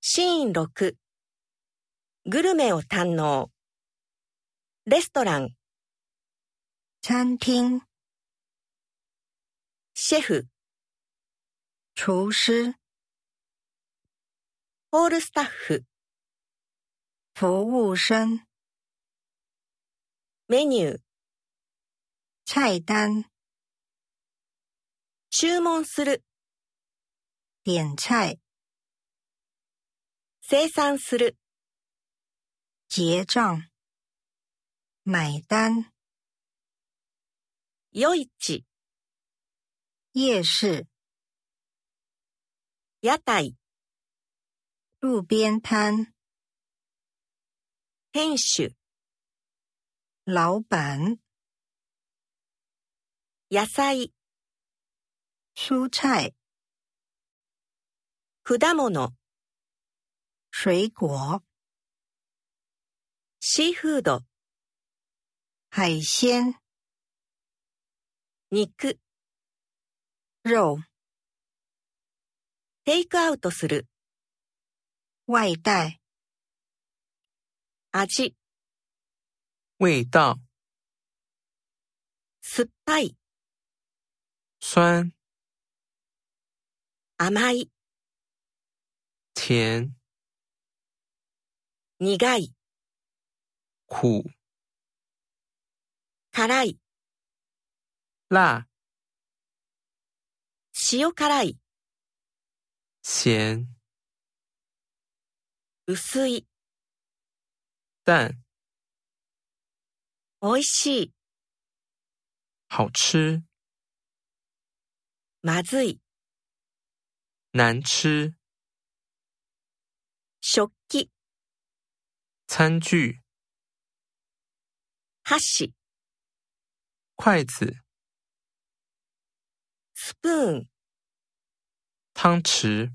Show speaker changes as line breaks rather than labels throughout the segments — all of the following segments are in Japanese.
シーン6グルメを堪能レストラン
餐厅、
シェフ
厨师、
ホールスタッフ
服务生、
メニュー
菜单、
注文する
点菜、
生産する
结账、买单、
夜市
夜市、
屋台
路边摊、
店主
老板、
野菜
蔬菜、
果物
水果、
シーフード
海鲜、
肉
肉、
テイクアウトする
外带、
味
味道、
酸っぱい
酸、
甘い
甜、
苦い
苦、
辛い
辣、
塩辛い
咸、
薄い
淡，
美味しい
好吃，
まずい
难吃。
食器
餐具、
箸
筷子、
スプーン
汤匙、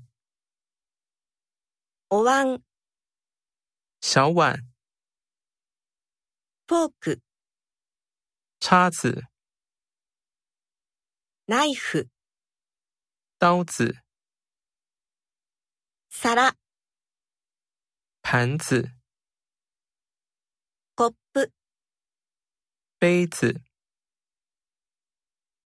お椀
小碗、
フォーク
叉子、
ナイフ
刀子、
皿
盘子、
コップ
杯子。